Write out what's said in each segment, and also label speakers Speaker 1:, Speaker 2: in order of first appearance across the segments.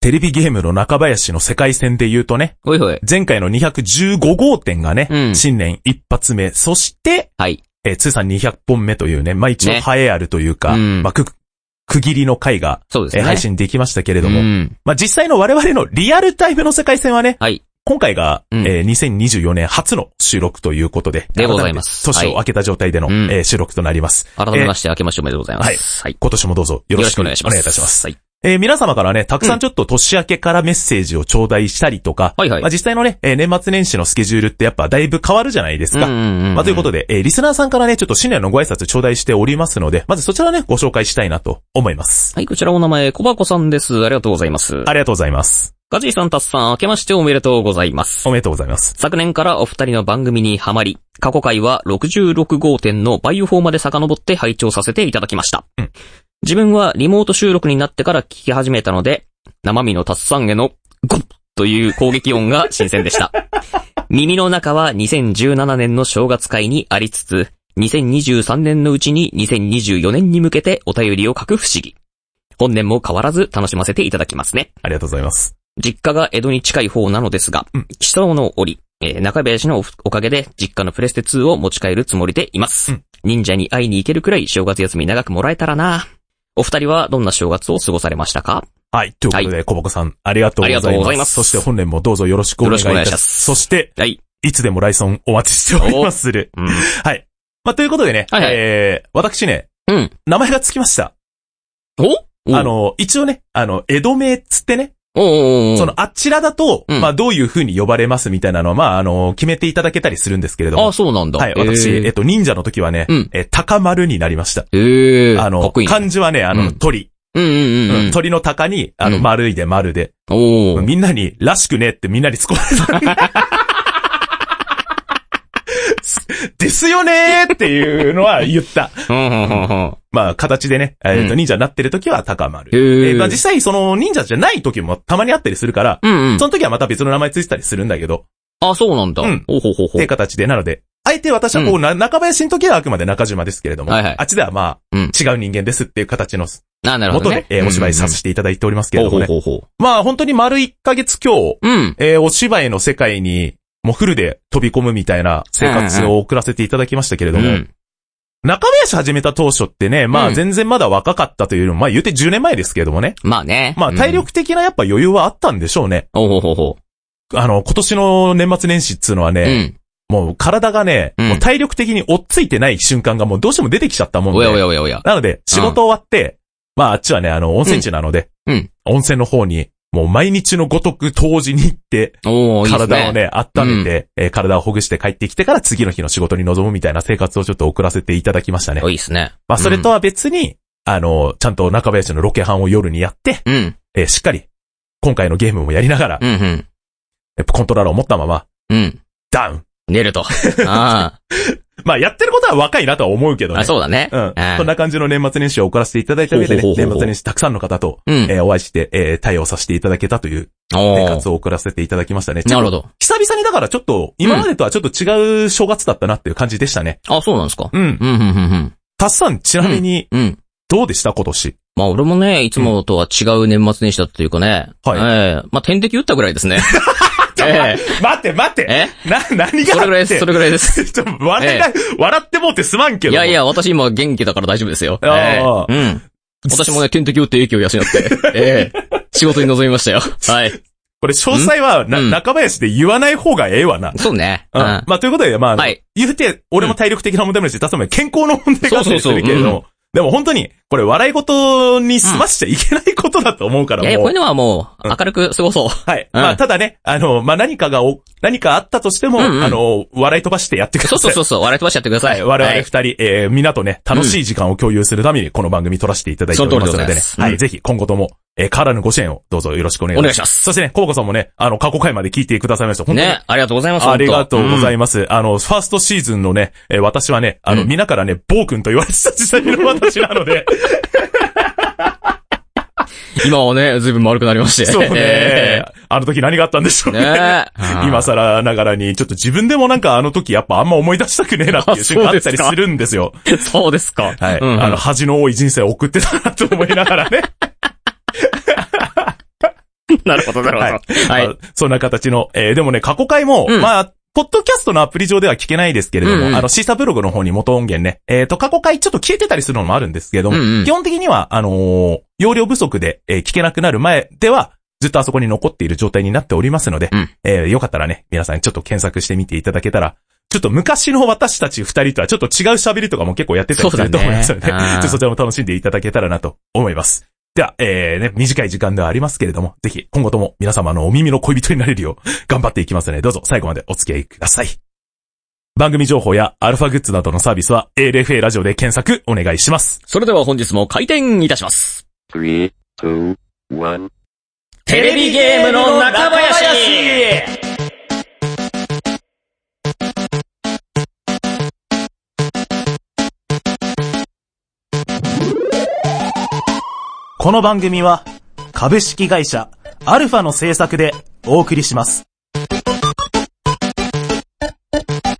Speaker 1: テレビゲームの中林の世界戦で言うとね、
Speaker 2: ほいほい。
Speaker 1: 前回の215号店がね、
Speaker 2: うん
Speaker 1: 新年一発目、そして、
Speaker 2: はい。
Speaker 1: えー通算200本目というね、まあ一応
Speaker 2: ね
Speaker 1: 栄えあるというか、
Speaker 2: うん
Speaker 1: まあ、く、区切りの回が、
Speaker 2: そうです
Speaker 1: えー
Speaker 2: ね。
Speaker 1: 配信できましたけれども、
Speaker 2: うん。
Speaker 1: まあ実際の我々のリアルタイムの世界戦はね、
Speaker 2: はい。
Speaker 1: 今回が、
Speaker 2: うん
Speaker 1: えー2024年初の収録ということで、
Speaker 2: でございます
Speaker 1: 改めて年を明けた状態での、
Speaker 2: はいうん
Speaker 1: えー収録となります。
Speaker 2: 改めまして、明けましておめでとうございます。はい。
Speaker 1: 今年もどうぞよ
Speaker 2: よ
Speaker 1: ろ
Speaker 2: ろ
Speaker 1: し
Speaker 2: し
Speaker 1: く
Speaker 2: く
Speaker 1: お
Speaker 2: お
Speaker 1: 願
Speaker 2: 願
Speaker 1: い
Speaker 2: い
Speaker 1: し
Speaker 2: し
Speaker 1: ま。
Speaker 2: ま
Speaker 1: お
Speaker 2: すす。
Speaker 1: 願いいたします。
Speaker 2: はい。
Speaker 1: えー皆様からね、たくさ
Speaker 2: うんん
Speaker 1: ちょっと年明けからメッセージを頂戴したりとか、
Speaker 2: はいはい
Speaker 1: まあ実際のね、えー年末年始のスケジュールってやっぱだいぶ変わるじゃないですか。まあ、ということ
Speaker 2: で。
Speaker 1: で、えーリスナーさんからね、ちょっと新年のご挨拶頂戴しておりますので、まずそちらね、ご紹介したいなと思います。
Speaker 2: はい、こちらお名前、小箱さんです。ありがとうございます。
Speaker 1: ありがとうございます。
Speaker 2: ガジーさん、タスさん、明けましておめでとうございます。
Speaker 1: おめでとうございます。
Speaker 2: 昨年からお二人の番組にハマり、過去回は66号店のバイオ4まで遡って拝聴させていただきました。
Speaker 1: うん
Speaker 2: 自分はリモート収録になってから聞き始めたので、生身のタスさんへのゴッという攻撃音が新鮮 でした。耳の中は2017年の正月会にありつつ、2023年のうちに2024年に向けてお便りを書く不思議。本年も変わらず楽しませていただきますね。
Speaker 1: ありがとうございます。
Speaker 2: 実家が江戸に近い方なのですが
Speaker 1: うん、
Speaker 2: 貴様の折、えー中林のおおかげで実家のプレステ2を持ち帰るつもりでいます。
Speaker 1: うん
Speaker 2: 忍者に会いに行けるくらい正月休み長くもらえたらな。お二人はどんな正月を過ごされましたか
Speaker 1: はい。ということで、小箱さん、ありがとうございます。
Speaker 2: ありがとうございます
Speaker 1: そして本年もどうぞよろしくお願いいたし
Speaker 2: よ
Speaker 1: ま
Speaker 2: ろしくお願
Speaker 1: す。
Speaker 2: いします
Speaker 1: そして、
Speaker 2: はい。
Speaker 1: いつでも来村お待ちしておりまする。
Speaker 2: うん。
Speaker 1: はい。まあ、ということでね、
Speaker 2: はいはい
Speaker 1: えー、私ね、
Speaker 2: うん。
Speaker 1: 名前がつきました。
Speaker 2: お
Speaker 1: あ、の、一応ね、あの、江戸名っつってね、
Speaker 2: おうおうおう
Speaker 1: その、あちらだと、
Speaker 2: うん
Speaker 1: まあ、どういう風に呼ばれますみたいなのは、まあ、あの、決めていただけたりするんですけれども
Speaker 2: あ、、そうなんだ。
Speaker 1: はい、私、
Speaker 2: え
Speaker 1: えっ
Speaker 2: ー
Speaker 1: と、忍者の時はね、
Speaker 2: うん
Speaker 1: えー、高丸になりました。
Speaker 2: えー、
Speaker 1: あ
Speaker 2: かっ
Speaker 1: の、
Speaker 2: こいいね。
Speaker 1: 漢字はね、あの、
Speaker 2: うん
Speaker 1: 鳥。
Speaker 2: うんうんうんうん。
Speaker 1: 鳥の鷹に、あの、
Speaker 2: うん
Speaker 1: 丸いで丸で、
Speaker 2: おお
Speaker 1: みんなに、らしくねってみんなに突っ込まれた。 ですよねーっていうのは言った。
Speaker 2: うんうんうんうん。
Speaker 1: まあ、形でね、えっ、と、
Speaker 2: うん
Speaker 1: 忍者になってる時は高丸。
Speaker 2: へー
Speaker 1: えーまあ、実際、その、忍者じゃない時もたまにあったりするから、
Speaker 2: うんうん
Speaker 1: そ。の時はまた別の名前ついてたりするんだけど、
Speaker 2: あ、そうなんだ。
Speaker 1: うん
Speaker 2: おうほうほう
Speaker 1: っ
Speaker 2: ほ
Speaker 1: ていうう。形で、なので、あえて私はこう、な中林の時はあくまで中島ですけれども、
Speaker 2: はいはい
Speaker 1: あっちではまあ、
Speaker 2: うん
Speaker 1: 違う人間ですっていう形の
Speaker 2: あ、なるほ
Speaker 1: 元
Speaker 2: ど
Speaker 1: で、
Speaker 2: ね。
Speaker 1: えーお芝居させていただいておりますけれどもね。
Speaker 2: ほうほうほ
Speaker 1: まあ、本当に丸1ヶ月今日、
Speaker 2: う。うん。
Speaker 1: えーお芝居の世界に、もうフルで飛び込むみたいな生活を送らせていただきましたけれど
Speaker 2: う
Speaker 1: も、
Speaker 2: ん。
Speaker 1: 中林始めた当初ってね、ま
Speaker 2: う
Speaker 1: あ
Speaker 2: ん
Speaker 1: 全然まだ若かったというよりも、まあ言うて10年前ですけれどもね。
Speaker 2: まあね。
Speaker 1: まあ体力的なやっぱ余裕はあったんでしょうね。
Speaker 2: うん。おうほうほうほ
Speaker 1: あの、今年の年末年始っつうのは
Speaker 2: う。う
Speaker 1: ね、
Speaker 2: ん。
Speaker 1: もう体がね、
Speaker 2: うん
Speaker 1: もう体力的に追っついてない瞬間がもうどうしても出てきちゃったもんで。
Speaker 2: おやおやおやおや。
Speaker 1: なので、仕事終わって、まああっちはね、あの、温泉地なので、
Speaker 2: うんうん
Speaker 1: 温泉の方に、もう毎日のごとく当時に行って、
Speaker 2: おー、いいですね。
Speaker 1: 体をね、温めて、えー体をほぐして帰ってきてから次の日の仕事に臨むみたいな生活をちょっと送らせていただきましたね。
Speaker 2: お。いいですね。
Speaker 1: まあ、それとは別に、あの、ちゃんと中林のロケハンを夜にやって、
Speaker 2: うん。うん。
Speaker 1: えーしっかり、今回のゲームもやりながら、
Speaker 2: うん、うん。
Speaker 1: やっぱコントローラーを持ったまま、
Speaker 2: うん。
Speaker 1: ダウン。
Speaker 2: 寝 ると。あ
Speaker 1: まあ、やってることは若いなとは思うけど
Speaker 2: あ。
Speaker 1: ね。
Speaker 2: あ、そうだね。
Speaker 1: う。ん。
Speaker 2: あ
Speaker 1: そんな感じの年末年始を送らせていただいた上でね、
Speaker 2: ほうほうほうほう
Speaker 1: 年末年始たくさんの方と、
Speaker 2: うん。
Speaker 1: えーお会いして、えー対応させていただけたという生
Speaker 2: おー
Speaker 1: 活を送らせていただきましたね。
Speaker 2: なるほ
Speaker 1: ど。
Speaker 2: ど。
Speaker 1: 久々にだからちょっと、今までとはちょっと違う正月だったなっていう感じでしたね。
Speaker 2: あ、そうなんですか。
Speaker 1: うん。
Speaker 2: うん、うん、うん、
Speaker 1: たっさん、ちなみに、
Speaker 2: うん。うん。
Speaker 1: どうでした今年。
Speaker 2: まあ、俺もね、いつもとは違う年末年始だったというかね。
Speaker 1: はい
Speaker 2: ええまあ、点滴打ったぐら いですね。え
Speaker 1: 待って待っ
Speaker 2: え。
Speaker 1: て
Speaker 2: え
Speaker 1: な、何が
Speaker 2: それぐらいです。それぐらいです。
Speaker 1: ちょっと笑いが、笑ってもうてすまんけ
Speaker 2: い
Speaker 1: ど。
Speaker 2: やいや、私今元気だから大丈夫ですよ。
Speaker 1: ああ
Speaker 2: ええうん。私もね、点滴打って影響を養って、ええ 仕事に臨みましたよ。はい。
Speaker 1: これ詳細は、な、
Speaker 2: うん
Speaker 1: 中林で言わない方がええわな。
Speaker 2: そうね。
Speaker 1: うん。まあ、ということで、まあ、
Speaker 2: はい
Speaker 1: 言うて、俺も体力的な問題もあるし、たつまり健康の問題があったりするけれど
Speaker 2: そうそうそう
Speaker 1: も、でも本当に、これ笑い事に済ましちゃいけないことだと思うから、
Speaker 2: いやいや、
Speaker 1: も
Speaker 2: こ
Speaker 1: う
Speaker 2: ういうのはもう、
Speaker 1: うん
Speaker 2: 明るく過ご そう。
Speaker 1: はい。
Speaker 2: うん
Speaker 1: まあ、ただね、あの、まあ、何かがお、何かあったとしても、
Speaker 2: うんうん
Speaker 1: あの、笑い飛ばしてやってくださ
Speaker 2: そ
Speaker 1: い。
Speaker 2: うそうそうそう、笑い飛ばしちゃってくださ。
Speaker 1: はいい。我々二
Speaker 2: はい
Speaker 1: 人、えー、皆とね、楽しい時間を共有するために、この番組撮らせていただいておりますので
Speaker 2: その通
Speaker 1: ね
Speaker 2: りでございま。す
Speaker 1: は
Speaker 2: う
Speaker 1: い。
Speaker 2: ん
Speaker 1: ぜひ、今後とも、えー、変わらぬご支援をどうぞよろしくお願いします。
Speaker 2: お願いします
Speaker 1: そしてね、コウコさんもね、あの、過去回まで聞いてくださいました。本当に
Speaker 2: ね、ありがとうございます。
Speaker 1: ありがとうござ
Speaker 2: い
Speaker 1: います。あの、ファーストシーズンのね、えー私はね、あの、
Speaker 2: うん
Speaker 1: 皆からね、暴君と言われてた時代の私なの で、
Speaker 2: ます。今はね、ずいぶん丸くなりまして。
Speaker 1: そうね
Speaker 2: え、
Speaker 1: あの時何があったんでしょう
Speaker 2: え
Speaker 1: ね。
Speaker 2: ねえ
Speaker 1: 今更ながらに、ちょっと自分でもなんかあの時やっぱあんま思い出したくねえなっていう瞬間あったりするんですよ。
Speaker 2: そうですか。
Speaker 1: はい。
Speaker 2: うん
Speaker 1: あの、恥の多い人生を送ってたなと思いながらね。
Speaker 2: なるほど、なるほど。 はい。
Speaker 1: まあそんな形の、えーでもね、過去回も、
Speaker 2: うん
Speaker 1: まあ、ポッドキャストのアプリ上では聞けないですけれども、
Speaker 2: うんうん
Speaker 1: あの、シーサブログの方に元音源ね、えっ、と、過去回ちょっと消えてたりするのもあるんですけども、
Speaker 2: うんうん
Speaker 1: 基本的には、あのー容量不足で、えー聞けなくなる前では、ずっとあそこに残っている状態になっておりますので、
Speaker 2: うん
Speaker 1: えーよかったらね、皆さんちょっと検索してみていただけたら、ちょっと昔の私たち二人とはちょっと違う喋りとかも結構やってたりすると思いますので、
Speaker 2: そうだね
Speaker 1: ちょっとそちらも楽しんでいただけたらなと思います。では、えー、ね、短い時間ではありますけれども、ぜひ、今後とも皆様のお耳の恋人になれるよう、頑張っていきますので、どうぞ最後までお付き合いください。番組情報やアルファグッズなどのサービスは、ALFA ラジオで検索お願いします。
Speaker 2: それでは本日も開店いたします。
Speaker 3: Three, two, one.
Speaker 2: テレビゲームの中林
Speaker 1: この番組は、株式会社、アルファの制作でお送りします。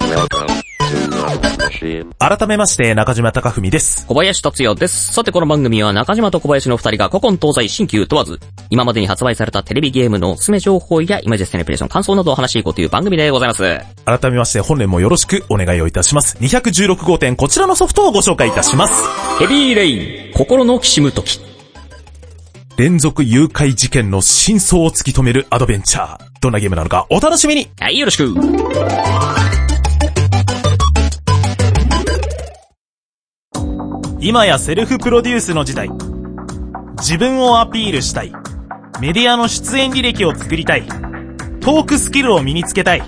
Speaker 3: Welcome to Love Machine.
Speaker 1: 改めまして、中島貴文です。
Speaker 2: 小林達也です。さてこの番組は中島と小林の二人が古今東西新旧問わず、今までに発売されたテレビゲームのおすすめ情報やイマジェステネプレーション感想などを話していこうという番組でございます。
Speaker 1: 改めまして、本年もよろしくお願いをいたします。216号店、こちらのソフトをご紹介いたします。
Speaker 2: ヘビーレイン、心のきしむとき。
Speaker 1: 連続誘拐事件の真相を突き止めるアドベンチャー。どんなゲームなのかお楽しみに
Speaker 2: はい、よろしく。
Speaker 1: 今やセルフプロデュースの時代。自分をアピールしたい。メディアの出演履歴を作りたい。トークスキルを身につけたい。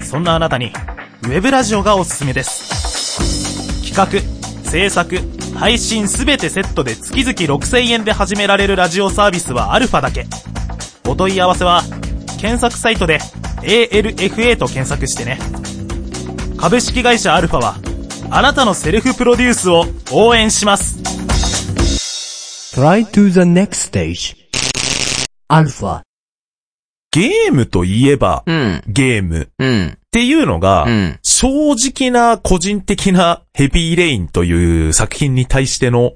Speaker 1: そんなあなたに、ウェブラジオがおすすめです。企画、制作、配信すべてセットで月々6000円で始められるラジオサービスはアルファだけ。お問い合わせは、検索サイトで ALFA と検索してね。株式会社アルファは、あなたのセルフプロデュースを応援します。
Speaker 4: Try to the next stage. Alpha.
Speaker 1: ゲームといえば、
Speaker 2: うん、
Speaker 1: ゲームっ
Speaker 2: うん、
Speaker 1: ていうのが、
Speaker 2: うん。
Speaker 1: 正直な個人的なヘビーレインという作品に対しての、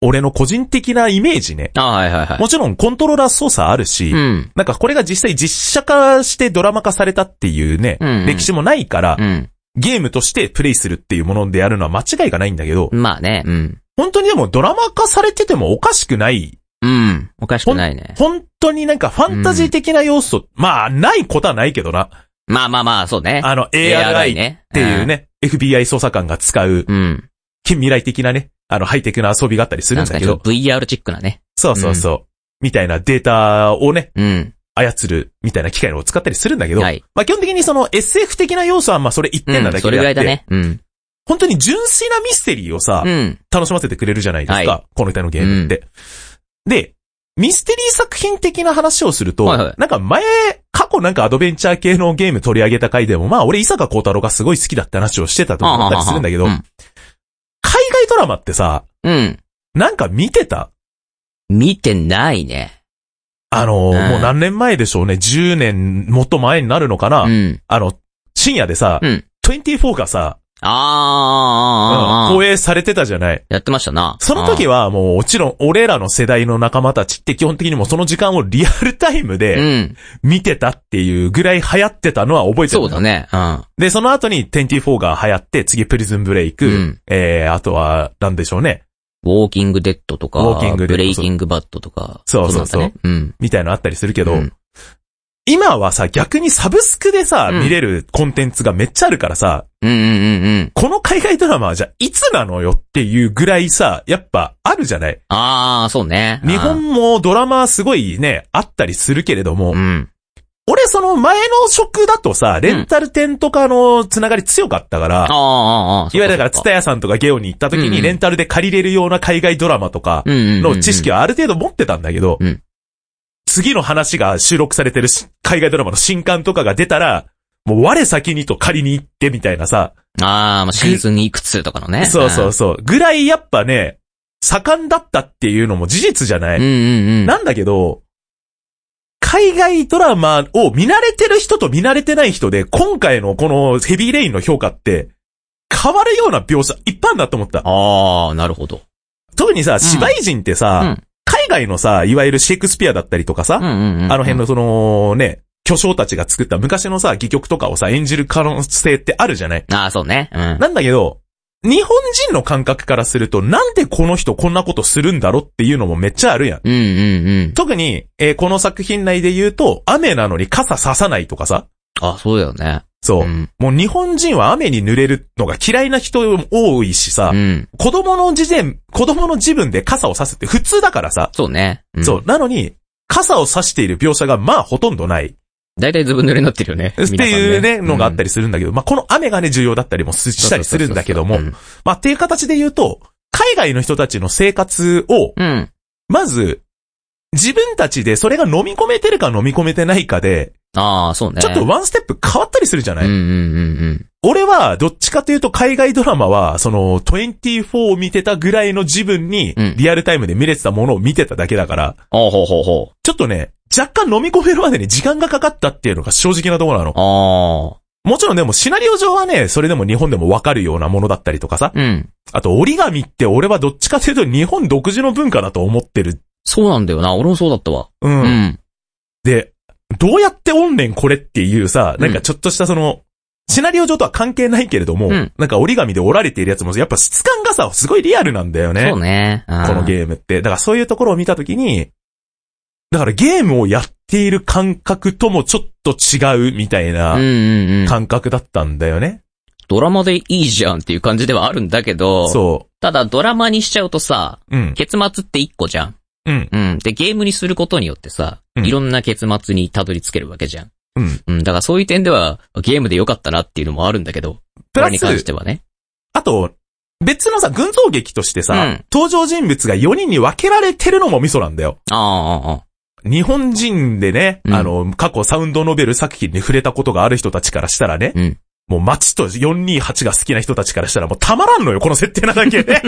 Speaker 1: 俺の個人的なイメージね。
Speaker 2: あはいはいはい。
Speaker 1: もちろんコントローラー操作あるし、
Speaker 2: うん、
Speaker 1: なんかこれが実際実写化してドラマ化されたっていうね、
Speaker 2: うんうん
Speaker 1: 歴史もないから、
Speaker 2: うん。
Speaker 1: ゲームとしてプレイするっていうものでやるのは間違いがないんだけど、
Speaker 2: まあね、うん。
Speaker 1: 本当にでもドラマ化されててもおかしくない
Speaker 2: うん。おかしくないね。
Speaker 1: 本当になんかファンタジー的な要素、まあ、ないことはないけどな。
Speaker 2: まあまあまあ、そうね。
Speaker 1: あの、ARI っ
Speaker 2: ね。って
Speaker 1: いう。ね、FBI 捜査官が使う、
Speaker 2: うん。
Speaker 1: 近未来的なね、あの、ハイテクな遊びがあったりする
Speaker 2: なんん
Speaker 1: だ
Speaker 2: か
Speaker 1: け
Speaker 2: ちょっ
Speaker 1: ど、
Speaker 2: と VR チックなね。
Speaker 1: そうそうそう、みたいなデータをね、
Speaker 2: うん。
Speaker 1: 操るみたいな機械を使ったりするんだけど、
Speaker 2: はい。
Speaker 1: まあ基本的にその SF 的な要素はまあそれ一
Speaker 2: う
Speaker 1: 点なん
Speaker 2: ん、
Speaker 1: だ
Speaker 2: そ
Speaker 1: け
Speaker 2: れ
Speaker 1: で
Speaker 2: ぐ
Speaker 1: あ
Speaker 2: ら
Speaker 1: っ
Speaker 2: いだ
Speaker 1: て、
Speaker 2: ね。うん。
Speaker 1: 本当に純粋なミステリーをさ、
Speaker 2: うん。
Speaker 1: 楽しませてくれるじゃないですか、
Speaker 2: は
Speaker 1: この歌のゲームって、で、ミステリー作品的な話をすると、
Speaker 2: はいはい
Speaker 1: なんか前、過去なんかアドベンチャー系のゲーム取り上げた回でも、まあ俺伊坂幸太郎がすごい好きだって話をしてたと思ったりするんだけど、
Speaker 2: う
Speaker 1: 海外ドラマってさ、
Speaker 2: うん。
Speaker 1: なんか見てた
Speaker 2: 見てないね。
Speaker 1: あの、
Speaker 2: うん
Speaker 1: もう何年前でしょうね、10年もっと前になるのかな、
Speaker 2: うん。
Speaker 1: あの、深夜でさ、
Speaker 2: うん
Speaker 1: 24がさ、
Speaker 2: あーあーあー、あー
Speaker 1: 放映されてたじゃない。
Speaker 2: やってましたな。
Speaker 1: その時
Speaker 2: は、
Speaker 1: はもうもちろん俺らの世代の仲間たちって基本的にもうその時間をリアルタイム
Speaker 2: う
Speaker 1: で
Speaker 2: ん。
Speaker 1: 見てたっていうぐらい流行ってたのは覚えてる。
Speaker 2: そうだ。ね。うん。
Speaker 1: で、その後に24が流行って、次プリズンブレイク、
Speaker 2: うん
Speaker 1: えー、あとは、なんでしょうね、
Speaker 2: ウォーキングデッドとか、
Speaker 1: ウォーキングデッド
Speaker 2: ブレイキングバッドとか。
Speaker 1: そうそうそう
Speaker 2: なんだねうん。
Speaker 1: みたいなのあったりするけど、
Speaker 2: うん
Speaker 1: 今はさ、逆にサブスクでさ、
Speaker 2: うん
Speaker 1: 見れるコンテンツがめっちゃあるからさ、
Speaker 2: うんうんうんうん。
Speaker 1: この海外ドラマはじゃあいつなのよっていうぐらいさ、やっぱあるじゃない
Speaker 2: ああ、そうね。
Speaker 1: 日本もドラマすごいね、あったりするけれども、
Speaker 2: うん。
Speaker 1: 俺その前の職だとさ、レンタル店とかのつながり強かったから、
Speaker 2: ああ、ああ、
Speaker 1: いわゆるだから、
Speaker 2: そ
Speaker 1: ツ
Speaker 2: っそ
Speaker 1: タヤさんとかゲオに行った時
Speaker 2: うんう
Speaker 1: に
Speaker 2: ん
Speaker 1: レンタルで借りれるような海外ドラマとか
Speaker 2: っかうんうんうんうん。
Speaker 1: の知識
Speaker 2: は。
Speaker 1: はある程度持ってたんだけど
Speaker 2: うん、
Speaker 1: 次の話が収録されてるし海外ドラマの新刊とかが出たら、もう我先にと借りに行ってみたいなさ、
Speaker 2: ああ、まあ、シーズンいくつとかのね。
Speaker 1: そうそうそう、ぐらいやっぱね、盛んだったっていうのも事実じゃな
Speaker 2: うん。
Speaker 1: い。
Speaker 2: うんうんうん。
Speaker 1: なんだけど、海外ドラマを見慣れてる人と見慣れてない人で、今回のこのヘビーレインの評価って、変わるような描写、一般だと思った。
Speaker 2: ああ、なるほど。
Speaker 1: 特にさ、芝居人ってさ、
Speaker 2: うん
Speaker 1: 海外のさ、いわゆるシェイクスピアだったりとかさ、
Speaker 2: うんうんうん。
Speaker 1: あの辺のそのね、巨匠たちが作った昔のさ、戯曲とかをさ、演じる可能性ってあるじゃない
Speaker 2: ああ、そうね。うん。
Speaker 1: なんだけど、日本人の感覚からすると、なんでこの人こんなことするんだろっていうのもめっちゃあるやん。
Speaker 2: うんうんうん。
Speaker 1: 特に、えーこの作品内で言うと、雨なのに傘ささないとかさ、
Speaker 2: あそうだよね。
Speaker 1: そう。
Speaker 2: うん。
Speaker 1: もう日本人は雨に濡れるのが嫌いな人も多いしさ、
Speaker 2: うん。
Speaker 1: 子供の時点、子供の自分で傘を差すって普通だからさ、
Speaker 2: そうね。うん
Speaker 1: そう。。なのに、傘を差している描写がまあほとんどない。
Speaker 2: 大体ずぶ濡れになってるよね。
Speaker 1: っていうね、のがあった
Speaker 2: り
Speaker 1: りするんだけど、まあこの雨がね、重要だったりもすしたりするんだけども、
Speaker 2: うん。
Speaker 1: まあっていう形で言うと、海外の人たちの生活を、
Speaker 2: うん
Speaker 1: まず、自分たちでそれが飲み込めてるか飲み込めてないかで、
Speaker 2: ああ、そうね。
Speaker 1: ちょっとワンステップ変わったりするじゃない、
Speaker 2: うんうんうんうん。
Speaker 1: 俺は、どっちかというと海外ドラマは、その、24を見てたぐらいの自分に
Speaker 2: う、ん
Speaker 1: リアルタイムで見れてたものを見てただけだから、
Speaker 2: ああ、ほうほうほう。
Speaker 1: ちょっとね、若干飲み込めるまでに時間がかかったっていうのが正直なところなの。
Speaker 2: あ
Speaker 1: もちろんでもシナリオ上はね、それでも日本でもわかるようなものだったりとかさ。
Speaker 2: あ。うん。
Speaker 1: あと折り紙って俺はどっちかというと日本独自の文化だと思ってる。
Speaker 2: そうなんだよな。俺もそうだったわ。
Speaker 1: うん。
Speaker 2: うん。
Speaker 1: で、どうやってオンレンこれっていうさ、なんかちょっとしたその、シナリオ上とは関係ないけれども、
Speaker 2: うん
Speaker 1: なんか折り紙で折られているやつも、やっぱ質感がさ、すごいリアルなんだよね。
Speaker 2: そうね。こ
Speaker 1: このゲームって。だからそういうところを見たときに、だからゲームをやっている感覚ともちょっと違うみたい
Speaker 2: うん
Speaker 1: な
Speaker 2: うんうん。
Speaker 1: 感覚だったんだよね。
Speaker 2: ドラマでいいじゃんっていう感じではあるんだけど、
Speaker 1: そ
Speaker 2: ただドラマにしちゃうとさ、
Speaker 1: う。うん。
Speaker 2: 結末って一個じゃん。
Speaker 1: うん。
Speaker 2: うん。で、ゲームにすることによってさ、
Speaker 1: うん
Speaker 2: いろんな結末にたどり着けるわけじゃん。
Speaker 1: うん。
Speaker 2: うん。だからそういう点では、ゲームで良かったなっていうのもあるんだけど、
Speaker 1: プ
Speaker 2: ドラ
Speaker 1: ラ
Speaker 2: に関し
Speaker 1: ス、
Speaker 2: てはね。
Speaker 1: あと、別のさ、群像劇としてさ、
Speaker 2: うん
Speaker 1: 登場人物が4人に分けられてるのもミソなんだよ。
Speaker 2: ああ、ああ、
Speaker 1: 日本人でね、
Speaker 2: うん
Speaker 1: あの、過去サウンドノベル作品に触れたことがある人たちからしたらね、
Speaker 2: うん
Speaker 1: もう街と428が好きな人たちからしたらもうたまらんのよ、この設定なだけ で。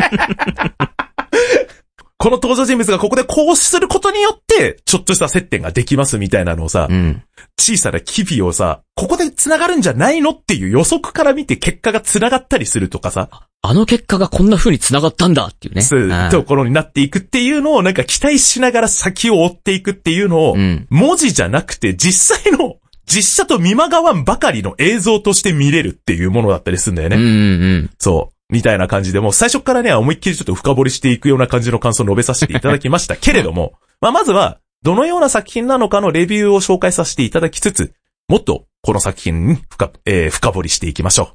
Speaker 1: この登場人物がここでこうすることによって、ちょっとした接点ができますみたいなのをさ、
Speaker 2: うん。
Speaker 1: 小さな機微をさ、ここで繋がるんじゃないのっていう予測から見て結果が繋がったりするとかさ、
Speaker 2: あの結果がこんな風に繋がったんだっていうね。
Speaker 1: そういうと
Speaker 2: う
Speaker 1: ころになっていくっていうのをなんか期待しながら先を追っていくっていうのを、
Speaker 2: ん。うん。
Speaker 1: 文字じゃなくて実際の実写と見まがわんばかりの映像として見れるっていうものだったりするんだよ
Speaker 2: う
Speaker 1: ね。
Speaker 2: んうんうん。
Speaker 1: そう。みたいな感じで、もう最初からね、思いっきりちょっと深掘りしていくような感じの感想を述べさせていただきましたけれども、まあまずは、どのような作品なのかのレビューを紹介させていただきつつ、もっとこの作品に深,、えー深掘りしていきましょ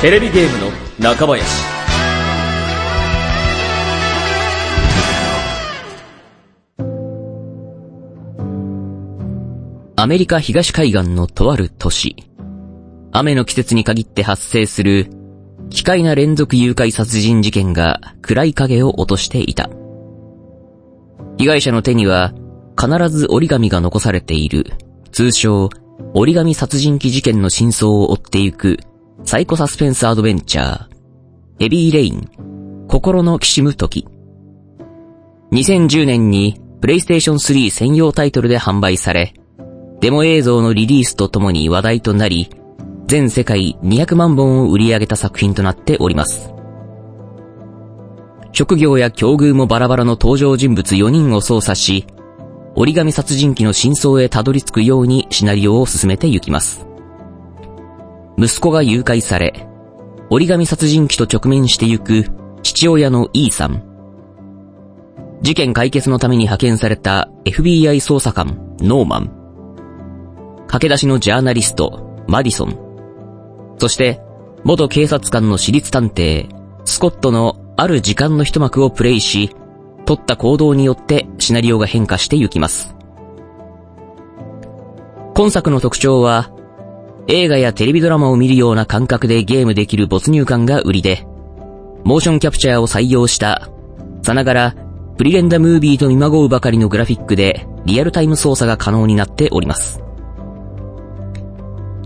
Speaker 2: テレビゲームの中林。アメリカ東海岸のとある都市。雨の季節に限って発生する、奇怪な連続誘拐殺人事件が暗い影を落としていた。被害者の手には、必ず折り紙が残されている、通称、折り紙殺人鬼事件の真相を追っていく、サイコサスペンスアドベンチャー、ヘビーレイン、心のきしむ時。2010年に、プレイステーション3専用タイトルで販売され、デモ映像のリリースとともに話題となり、全世界200万本を売り上げた作品となっております。職業や境遇もバラバラの登場人物4人を操作し、折り紙殺人鬼の真相へたどり着くようにシナリオを進めていきます。息子が誘拐され、折り紙殺人鬼と直面してゆく父親の E さん。事件解決のために派遣された FBI 捜査官、ノーマン。駆け出しのジャーナリスト、マディソン。そして、元警察官の私立探偵、スコットのある時間の一幕をプレイし、取った行動によってシナリオが変化してゆきます。今作の特徴は、映画やテレビドラマを見るような感覚でゲームできる没入感が売りで、モーションキャプチャーを採用した、さながら、プリレンダムービーと見まごうばかりのグラフィックで、リアルタイム操作が可能になっております。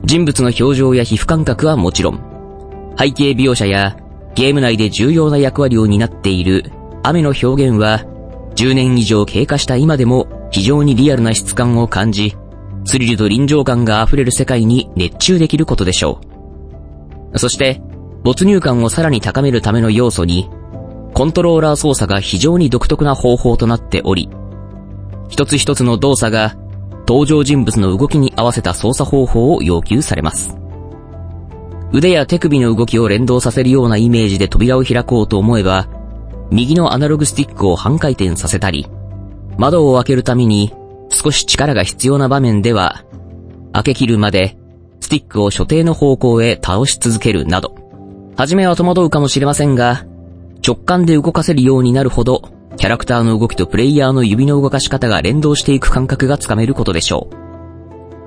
Speaker 2: 人物の表情や皮膚感覚はもちろん、背景描写やゲーム内で重要な役割を担っている雨の表現は、10年以上経過した今でも非常にリアルな質感を感じ、スリルと臨場感が溢れる世界に熱中できることでしょう。そして、没入感をさらに高めるための要素に、コントローラー操作が非常に独特な方法となっており、一つ一つの動作が登場人物の動きに合わせた操作方法を要求されます。腕や手首の動きを連動させるようなイメージで扉を開こうと思えば、右のアナログスティックを半回転させたり、窓を開けるために少し力が必要な場面では、開け切るまでスティックを所定の方向へ倒し続けるなど、はじめは戸惑うかもしれませんが、直感で動かせるようになるほど、キャラクターの動きとプレイヤーの指の動かし方が連動していく感覚がつかめることでしょう。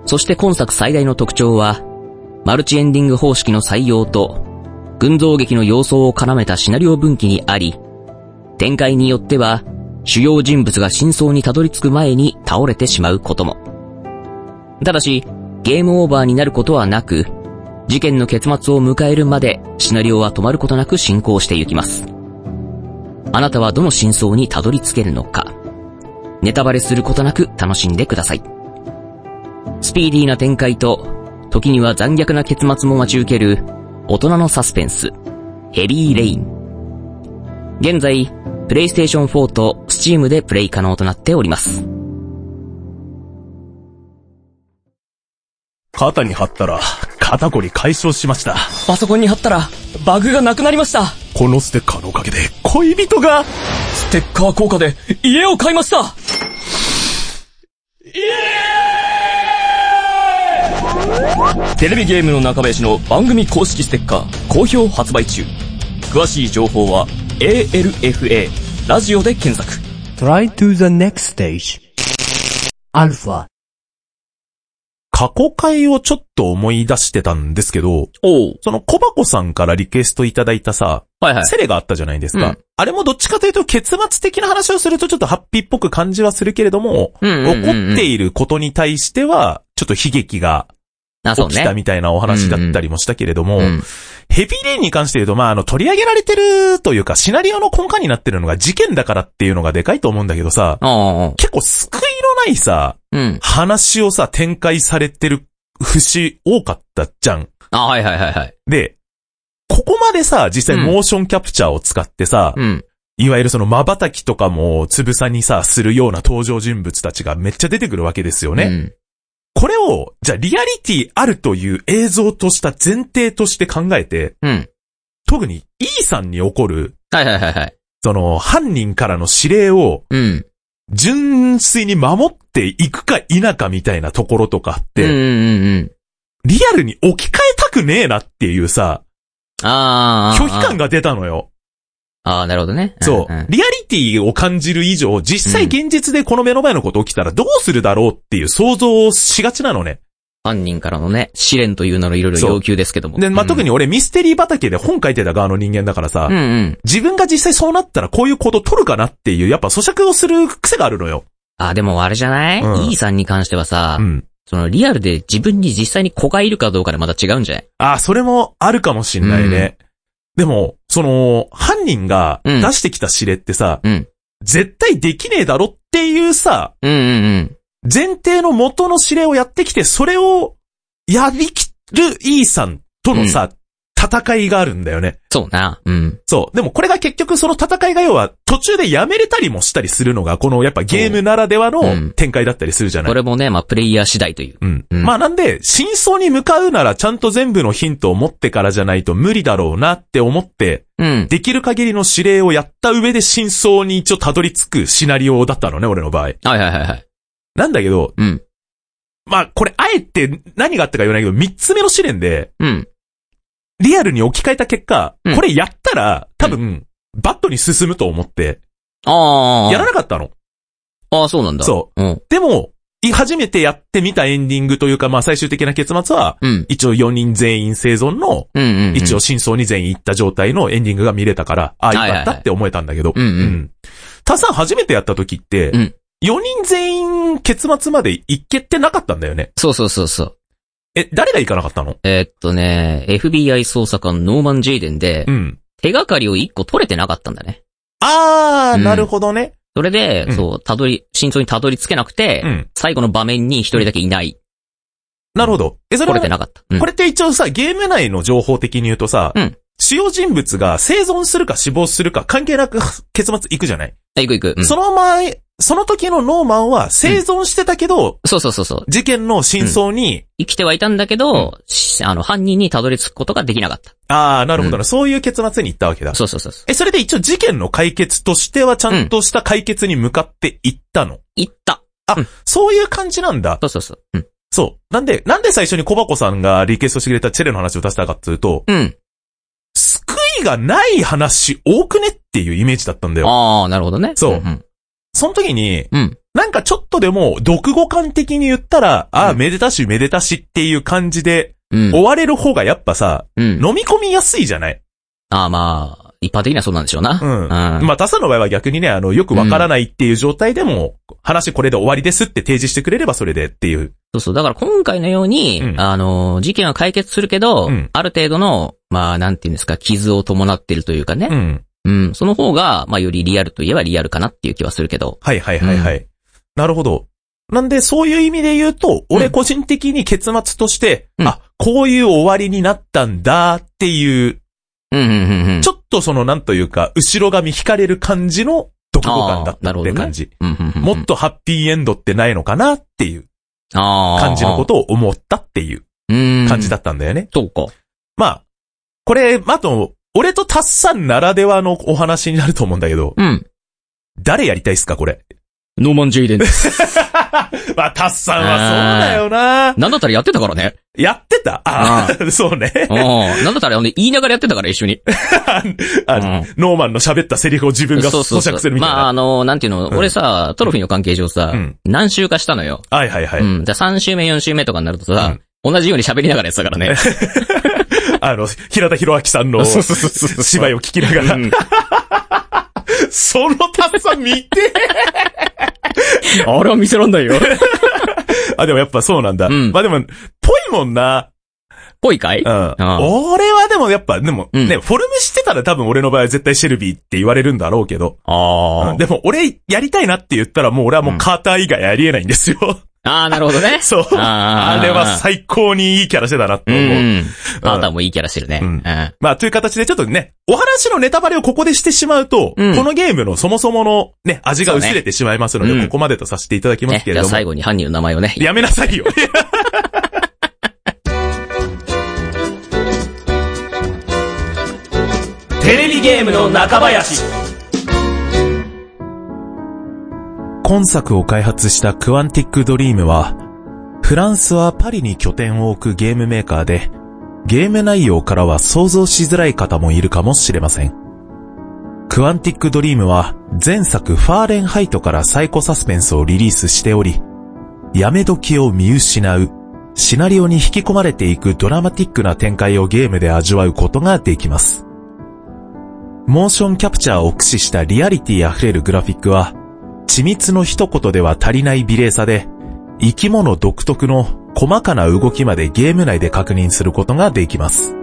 Speaker 2: そして今作最大の特徴は、マルチエンディング方式の採用と、群像劇の様相を絡めたシナリオ分岐にあり、展開によっては、主要人物が真相にたどり着く前に倒れてしまうことも。ただし、ゲームオーバーになることはなく、事件の結末を迎えるまで、シナリオは止まることなく進行していきます。あなたはどの真相にたどり着けるのか。ネタバレすることなく楽しんでください。スピーディーな展開と、時には残虐な結末も待ち受ける、大人のサスペンス、ヘビーレイン。現在、PlayStation 4と Steam でプレイ可能となっております。
Speaker 1: 肩に貼ったら、肩こり解消しました。
Speaker 5: パソコンに貼ったら、バグがなくなりました。
Speaker 1: このステッカーのおかげで、恋人が、
Speaker 5: ステッカー効果で、家を買いましたテレビゲームの中林の番組公式ステッカー、好評発売中。詳しい情報は、ALFA、ラジオで検索。
Speaker 4: Try to the next stage. Alpha.
Speaker 1: 過去回をちょっと思い出してたんですけど、
Speaker 2: おう。
Speaker 1: その小箱さんからリクエストいただいたさ、
Speaker 2: はいは
Speaker 1: セレがあったじゃないですか。
Speaker 2: うん
Speaker 1: あれもどっちかというと結末的な話をするとちょっとハッピーっぽく感じはするけれども、
Speaker 2: うんうんうんうん
Speaker 1: 怒っていることに対しては、ちょっと悲劇が
Speaker 2: あ、そう
Speaker 1: 起きた
Speaker 2: ね。
Speaker 1: みたいなお話だったりもしたけれども、
Speaker 2: うん。
Speaker 1: ヘビーレインに関して言うと、まあ、あの、取り上げられてるというか、シナリオの根幹になってるのが事件だからっていうのがでかいと思うんだけどさ、
Speaker 2: ああ、
Speaker 1: 結構救いのないさ、
Speaker 2: うん。
Speaker 1: 話をさ、展開されてる節多かったじゃん。
Speaker 2: あはいはいはいはい。
Speaker 1: で、ここまでさ、実際
Speaker 2: うん
Speaker 1: モーションキャプチャーを使ってさ、
Speaker 2: うん。
Speaker 1: いわゆるその瞬きとかもつぶさにさ、するような登場人物たちがめっちゃ出てくるわけですよね。
Speaker 2: うん。
Speaker 1: これを、じゃあリアリティあるという映像とした前提として考えて、
Speaker 2: うん。
Speaker 1: 特に E さんに起こる、
Speaker 2: はいはいはいはい。
Speaker 1: その犯人からの指令を
Speaker 2: うん。
Speaker 1: 純粋に守っていくか否かみたいなところとかって、
Speaker 2: うんうんうんうん。
Speaker 1: リアルに置き換えたくねえなっていうさ、
Speaker 2: ああ。
Speaker 1: 拒否感が出たのよ。
Speaker 2: ああ、なるほどね。
Speaker 1: そう。
Speaker 2: んん
Speaker 1: リアリティを感じる以上、実際現実でこの目の前のこと起きたらどうするだろうっていう想像をしがちなのね。
Speaker 2: 犯人からのね、試練という名のいろいろ要求ですけども。
Speaker 1: で、まあ、
Speaker 2: うん
Speaker 1: 特に俺ミステリー畑で本書いてた側の人間だからさ、
Speaker 2: うんうん。
Speaker 1: 自分が実際そうなったらこういう行動取るかなっていう、やっぱ咀嚼をする癖があるのよ。
Speaker 2: あ、でもあれじゃない、
Speaker 1: うん
Speaker 2: ?E さんに関してはさ、
Speaker 1: うん。
Speaker 2: そのリアルで自分に実際に子がいるかどうかでまた違うんじゃない
Speaker 1: ああ、それもあるかもしんないね。でも、その、犯人が
Speaker 2: うん
Speaker 1: 出してきた指令ってさ、
Speaker 2: うん
Speaker 1: 絶対できねえだろっていうさ、
Speaker 2: うんうんうん。
Speaker 1: 前提の元の指令をやってきて、それをやりきる E さんとのさ、戦いがあるんだよね。
Speaker 2: そうな。うん。
Speaker 1: そう。でもこれが結局その戦いが要は途中でやめれたりもしたりするのが、このやっぱゲームならでは
Speaker 2: うん
Speaker 1: の展開だったりするじゃない
Speaker 2: こ。れもね、まあプレイヤー次第という。
Speaker 1: うん。
Speaker 2: うん
Speaker 1: まあなんで、真相に向かうならちゃんと全部のヒントを持ってからじゃないと無理だろうなって思って、
Speaker 2: うん。
Speaker 1: できる限りの指令をやった上で真相に一応たどり着くシナリオだったのね、俺の場合。
Speaker 2: はいはいはいはい。
Speaker 1: なんだけど、
Speaker 2: うん
Speaker 1: まあこれあえて何があったか言わないけど、三つ目の試練で、
Speaker 2: うん。
Speaker 1: リアルに置き換えた結果、
Speaker 2: うん
Speaker 1: これやったら多分、バットに進むと思って、
Speaker 2: ああ。
Speaker 1: やらなかったの。
Speaker 2: ああ、そうなんだ。。
Speaker 1: そう
Speaker 2: うん。
Speaker 1: でも、い初めてやってみたエンディングというか、まあ最終的な結末は、
Speaker 2: うん。
Speaker 1: 一応4人全員生存の、
Speaker 2: うんうん、うん。
Speaker 1: 一応。真相に全員行った状態のエンディングが見れたから、ああ、よかったって思えたんだけど、
Speaker 2: はいはいはいうんうん
Speaker 1: タさん初めてやった時って、
Speaker 2: うん
Speaker 1: 4人全員結末まで行けてなかったんだよね。
Speaker 2: そうそうそうそう。
Speaker 1: え、誰が行かなかったの
Speaker 2: えーっとね、FBI 捜査官ノーマン・ジェイデンで、
Speaker 1: うん。
Speaker 2: 手がかりを一個取れてなかったんだね。
Speaker 1: あー、
Speaker 2: うん
Speaker 1: なるほどね。
Speaker 2: それで、
Speaker 1: うん
Speaker 2: そう、たどり、真相にたどり着けなくて、
Speaker 1: うん
Speaker 2: 最後の場面に一人だけいない。
Speaker 1: なるほど。え、それ
Speaker 2: 取
Speaker 1: は
Speaker 2: れてなかった。うん
Speaker 1: これって一応さ、ゲーム内の情報的に言うとさ、
Speaker 2: うん
Speaker 1: 主要人物が生存するか死亡するか関係なく 結末行くじゃない、
Speaker 2: あ行く行く。うん
Speaker 1: その前、その時のノーマンは生存してたけど、
Speaker 2: そうそうそうそう。
Speaker 1: 事件の真相に、
Speaker 2: 生きてはいたんだけど、しあの、犯人にたどり着くことができなかった。
Speaker 1: ああ、なるほどな、そういう結末に行ったわけだ。
Speaker 2: そうそうそうそう。
Speaker 1: え、それで一応事件の解決としてはちゃんとした解決に向かっていったの。
Speaker 2: 行った。
Speaker 1: そういう感じなんだ。
Speaker 2: そうそうそう。うん。
Speaker 1: そう。なんで、なんで最初に小箱さんがリクエストしてくれたチェレの話を出したかっていうと、
Speaker 2: うん。
Speaker 1: 救いがない話多くねっていうイメージだったんだよ。
Speaker 2: ああ、なるほどね。
Speaker 1: そうんその時に、
Speaker 2: うん。うん。
Speaker 1: なんかちょっとでも、独語感的に言ったら、ああ、めでたしめでたしっていう感じで、
Speaker 2: うん。
Speaker 1: 追われる方がやっぱさ、
Speaker 2: うん。
Speaker 1: 飲み込みやすいじゃない
Speaker 2: ああ、まあ、一般的にはそうなんでしょうな。
Speaker 1: うん
Speaker 2: うん。
Speaker 1: まあ、他社の場合は逆にね、あの、よくわからないっていう状態でも、話これで終わりですって提示してくれればそれでっていう。
Speaker 2: そうそう。だから今回のように、
Speaker 1: うん
Speaker 2: あの、事件は解決するけど、
Speaker 1: うん
Speaker 2: ある程度の、まあ、なんていうんですか、傷を伴ってるというかね。
Speaker 1: うん。
Speaker 2: うん。その方が、まあ、よりリアルといえばリアルかなっていう気はするけど。
Speaker 1: はいはいはいはい。なるほど。なんで、そういう意味で言うと、俺
Speaker 2: うん
Speaker 1: 個人的に結末として、
Speaker 2: うん
Speaker 1: あ、こういう終わりになったんだっていう、
Speaker 2: うん、うん、うん、うん。
Speaker 1: ちょっとそのなんというか、後ろ髪引かれる感じの独語感だったって感じ。
Speaker 2: うん、うん、うん。
Speaker 1: もっとハッピーエンドってないのかなっていう
Speaker 2: 感
Speaker 1: 感じのことを思ったっていう
Speaker 2: 感
Speaker 1: 感じだ
Speaker 2: っ
Speaker 1: ったんだよね。
Speaker 2: た。そうか。
Speaker 1: まあ、これ、あと、俺とタッサンならではのお話になると思うんだけど、
Speaker 2: うん。
Speaker 1: 誰やりたいっすか、これ。
Speaker 5: ノーマン・ジェイデンです。
Speaker 1: まあ、タッサンはそうだよな
Speaker 2: なんだったらやってたか らね。
Speaker 1: やってたああ、 そうね。
Speaker 2: うん。なんだったら、ね、言いながらやってたから一緒に。
Speaker 1: あの
Speaker 2: うん
Speaker 1: ノーマンの喋ったセリフを自分 が
Speaker 2: そうそ
Speaker 1: 咀
Speaker 2: うそ
Speaker 1: 嚼す
Speaker 2: う。
Speaker 1: るみたい
Speaker 2: まあ、
Speaker 1: な。
Speaker 2: あの、なんていうの、
Speaker 1: うん
Speaker 2: 俺さ、トロフィーの関係上さ、
Speaker 1: うん
Speaker 2: 何週かしたのよ。
Speaker 1: はいはいはい。
Speaker 2: うん。だ3週目、4週目とかになるとさ、同じように喋りな がらやってたからね。
Speaker 1: あの、平田博明さんの
Speaker 2: そうそうそうそう
Speaker 1: 芝居を聞きながら、 そのタッサン見て
Speaker 5: あれは見せらんないよ。
Speaker 1: あ、でもやっぱそうなんだ。
Speaker 2: うん
Speaker 1: まあでも、ぽいもんな。
Speaker 2: ぽいかい
Speaker 1: うん。
Speaker 2: あ
Speaker 1: 俺はでもやっぱ、でも
Speaker 2: うん
Speaker 1: ね、フォルムしてたら多分俺の場合は絶対シェルビーって言われるんだろうけど。
Speaker 2: あ
Speaker 1: うんでも俺やりたいなって言ったらもう俺はもうカーター以外やりえないんですよ。
Speaker 2: ああ、なるほどね。
Speaker 1: そう。
Speaker 2: あ
Speaker 1: あ
Speaker 2: ー
Speaker 1: れは最高にいいキャラしてたなと
Speaker 2: うん
Speaker 1: 思う。
Speaker 2: うん。あなたもいいキャラしてるね。
Speaker 1: う
Speaker 2: うんん。
Speaker 1: まあという形でちょっとね、お話のネタバレをここでしてしまうと、
Speaker 2: うん
Speaker 1: このゲームのそもそものね、味が薄れてしまいますの
Speaker 2: そう
Speaker 1: で、
Speaker 2: ねうん
Speaker 1: ここまでとさせていただきま
Speaker 2: ね
Speaker 1: すけ
Speaker 2: じ
Speaker 1: れ
Speaker 2: ゃあ
Speaker 1: ども。
Speaker 2: 最後に犯人の名前をね。
Speaker 1: やめなさいよ。 テレビゲームの中林。今作を開発したクワンティックドリームは、フランスはパリに拠点を置くゲームメーカーで、ゲーム内容からは想像しづらい方もいるかもしれません。クワンティックドリームは前作ファーレンハイトからサイコサスペンスをリリースしており、やめ時を見失う、シナリオに引き込まれていくドラマティックな展開をゲームで味わうことができます。モーションキャプチャーを駆使したリアリティ溢れるグラフィックは、緻密の一言では足りない美麗さで、生き物独特の細かな動きまでゲーム内で確認することができます。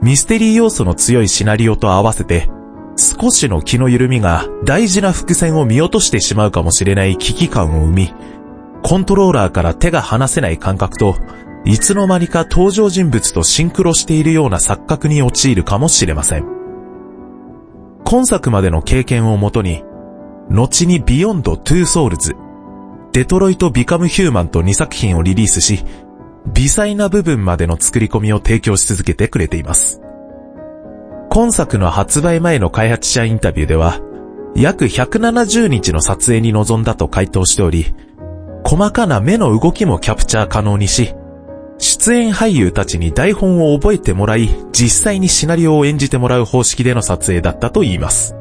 Speaker 1: ミステリー要素の強いシナリオと合わせて、少しの気の緩みが大事な伏線を見落としてしまうかもしれない危機感を生み、コントローラーから手が離せない感覚と、いつの間にか登場人物とシンクロしているような錯覚に陥るかもしれません。今作までの経験をもとに、後にビヨンド・トゥ・ソウルズ、デトロイト・ビカム・ヒューマンと2作品をリリースし、微細な部分までの作り込みを提供し続けてくれています。今作の発売前の開発者インタビューでは、約170日の撮影に臨んだと回答しており、細かな目の動きもキャプチャー可能にし、出演俳優たちに台本を覚えてもらい、実際にシナリオを演じてもらう方式での撮影だったと言います。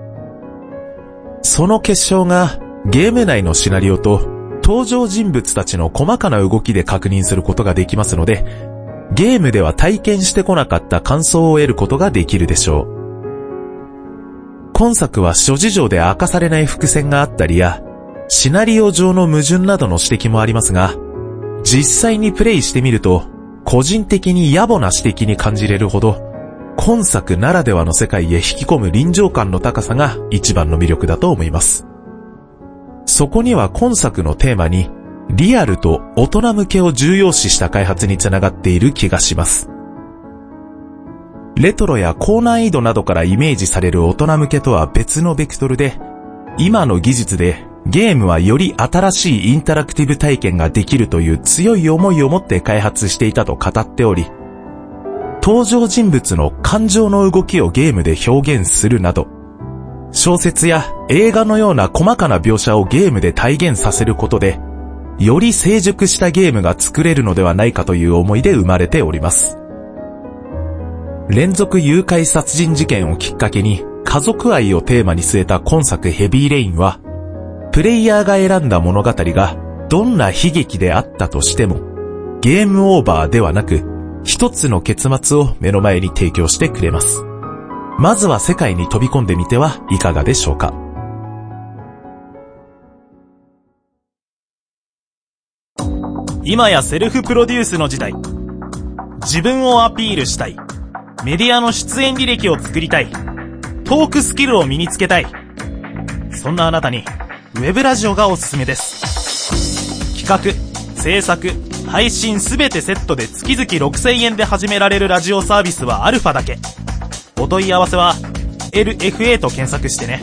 Speaker 1: その結晶がゲーム内のシナリオと登場人物たちの細かな動きで確認することができますので、ゲームでは体験してこなかった感想を得ることができるでしょう。今作は諸事情で明かされない伏線があったりや、シナリオ上の矛盾などの指摘もありますが、実際にプレイしてみると、個人的に野暮な指摘に感じれるほど、今作ならではの世界へ引き込む臨場感の高さが一番の魅力だと思います。そこには今作のテーマに、リアルと大人向けを重要視した開発につながっている気がします。レトロや高難易度などからイメージされる大人向けとは別のベクトルで、今の技術でゲームはより新しいインタラクティブ体験ができるという強い思いを持って開発していたと語っており、登場人物の感情の動きをゲームで表現するなど、小説や映画のような細かな描写をゲームで体現させることで、より成熟したゲームが作れるのではないかという思いで生まれております。連続誘拐殺人事件をきっかけに家族愛をテーマに据えた今作ヘビーレインは、プレイヤーが選んだ物語がどんな悲劇であったとしても、ゲームオーバーではなく、一つの結末を目の前に提供してくれます。まずは世界に飛び込んでみてはいかがでしょうか。今やセルフプロデュースの時代。自分をアピールしたい。メディアの出演履歴を作りたい。トークスキルを身につけたい。そんなあなたに、ウェブラジオがおすすめです。企画、制作、配信すべてセットで月々6000円で始められるラジオサービスはアルファだけ。お問い合わせは、LFA と検索してね。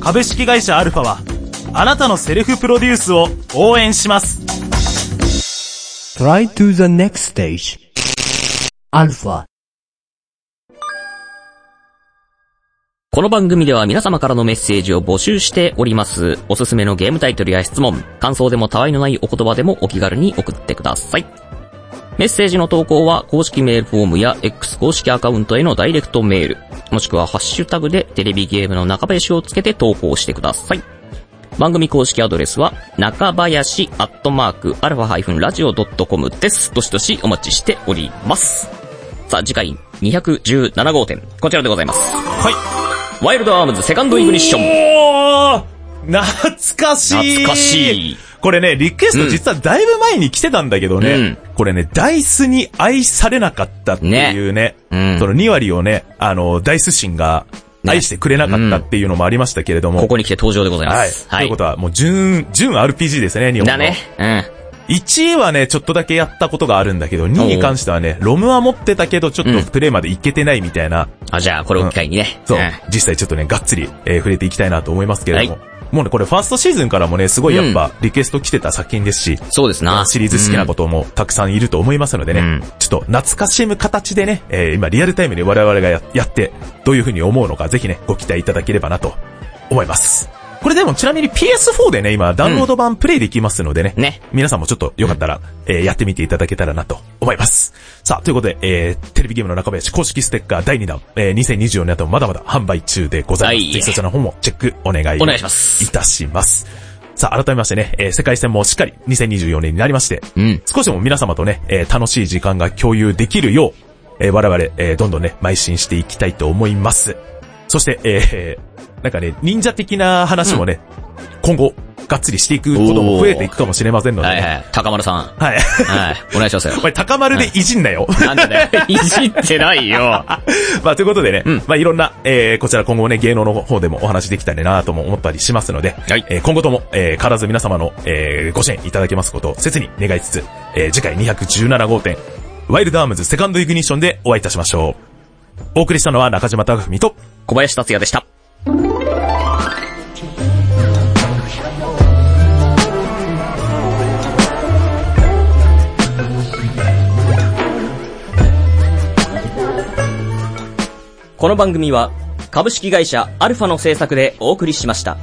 Speaker 1: 株式会社アルファは、あなたのセルフプロデュースを応援します。
Speaker 4: Try to the next stage. Alpha.
Speaker 2: この番組では皆様からのメッセージを募集しております。おすすめのゲームタイトルや質問、感想でもたわいのないお言葉でもお気軽に送ってください。メッセージの投稿は公式メールフォームや X 公式アカウントへのダイレクトメール、もしくはハッシュタグでテレビゲームの中林をつけて投稿してください。番組公式アドレスは、中林アットマークアルファラジオ .com です。どしどしお待ちしております。さあ、次回217号店、こちらでございます。
Speaker 1: はい。
Speaker 2: ワイルドアームズセカンドイグニッション。
Speaker 1: おー懐かしい
Speaker 2: 懐かしい。
Speaker 1: これね、リクエスト実はだいぶ前に来てたんだけどね、
Speaker 2: うん
Speaker 1: これね、ダイスに愛されなかったっていうね、
Speaker 2: ねうん
Speaker 1: その2割をね、あの、ダイス神が愛してくれなかったっていうのもありましたけれども、
Speaker 2: ここに来て登場でございま
Speaker 1: はい。
Speaker 2: す。
Speaker 1: ということは、もう、純、純 RPG ですね、日本の。
Speaker 2: だね。
Speaker 1: 1位はね、ちょっとだけやったことがあるんだけど、2位に関してはね、ロムは持ってたけど、ちょっ
Speaker 2: うん
Speaker 1: とプレイまでいけてないみたいな、
Speaker 2: うん。あ、じゃあ、これを機会にね。
Speaker 1: そう、
Speaker 2: ん
Speaker 1: 実際ちょっとね、がっつり、えー触れていきたいなと思いますけれども。
Speaker 2: は
Speaker 1: もうね、これファーストシーズンからもね、すごいやっぱ、リクエスト来てた作品ですし、
Speaker 2: そうですな。。
Speaker 1: シリーズ好きなことともたくさんいると思いますのでね、
Speaker 2: うん
Speaker 1: ちょっと懐かしむ形でね、えー今リアルタイムで我々がややって、どういう風に思うのかぜひね、ご期待いただければなと思います。これでもちなみに PS4 でね、今ダウンロード版プレイできますのでね、
Speaker 2: ね。
Speaker 1: 皆さんもちょっとよかったら、えーやってみていただけたらなと思います。さあ、ということで、えー、テレビゲームの中林公式ステッカー第2弾、えー、2024年ともまだまだ販売中でございます。
Speaker 2: はい
Speaker 1: ぜひそちらの方もチェックお願い
Speaker 2: お願いします
Speaker 1: いたします。さあ、改めましてね、えー世界戦もしっかり2024年になりまして、
Speaker 2: うん。
Speaker 1: 少しでも皆様とね、えー楽しい時間が共有できるよう、えー我々、えーどんどんね、邁進していきたいと思います。そして、えーなんかね、忍者的な話もね、今後、がっつりしていくことも増えていくかもしれませんので、
Speaker 2: はい
Speaker 1: ね、
Speaker 2: はい。高丸さん。
Speaker 1: はい。
Speaker 2: はい。お願いしますよ
Speaker 1: お。前、高丸でいじんなよ。
Speaker 2: なんでだよ。いじってないよ。
Speaker 1: まあ、ということでね、
Speaker 2: うん
Speaker 1: まあ、いろんな、えー、こちら今後ね、芸能の方でもお話できたらなとも思ったりしますので、
Speaker 2: はい
Speaker 1: えー今後とも、えー、変わらず皆様の、えー、ご支援いただけますことを切に願いつつ、えー、次回217号店、ワイルドアームズセカンドイグニッションでお会いいたしましょう。お送りしたのは中島貴文と、
Speaker 2: 小林達也でした。
Speaker 5: この番組は株式会社アルファの制作でお送りしました。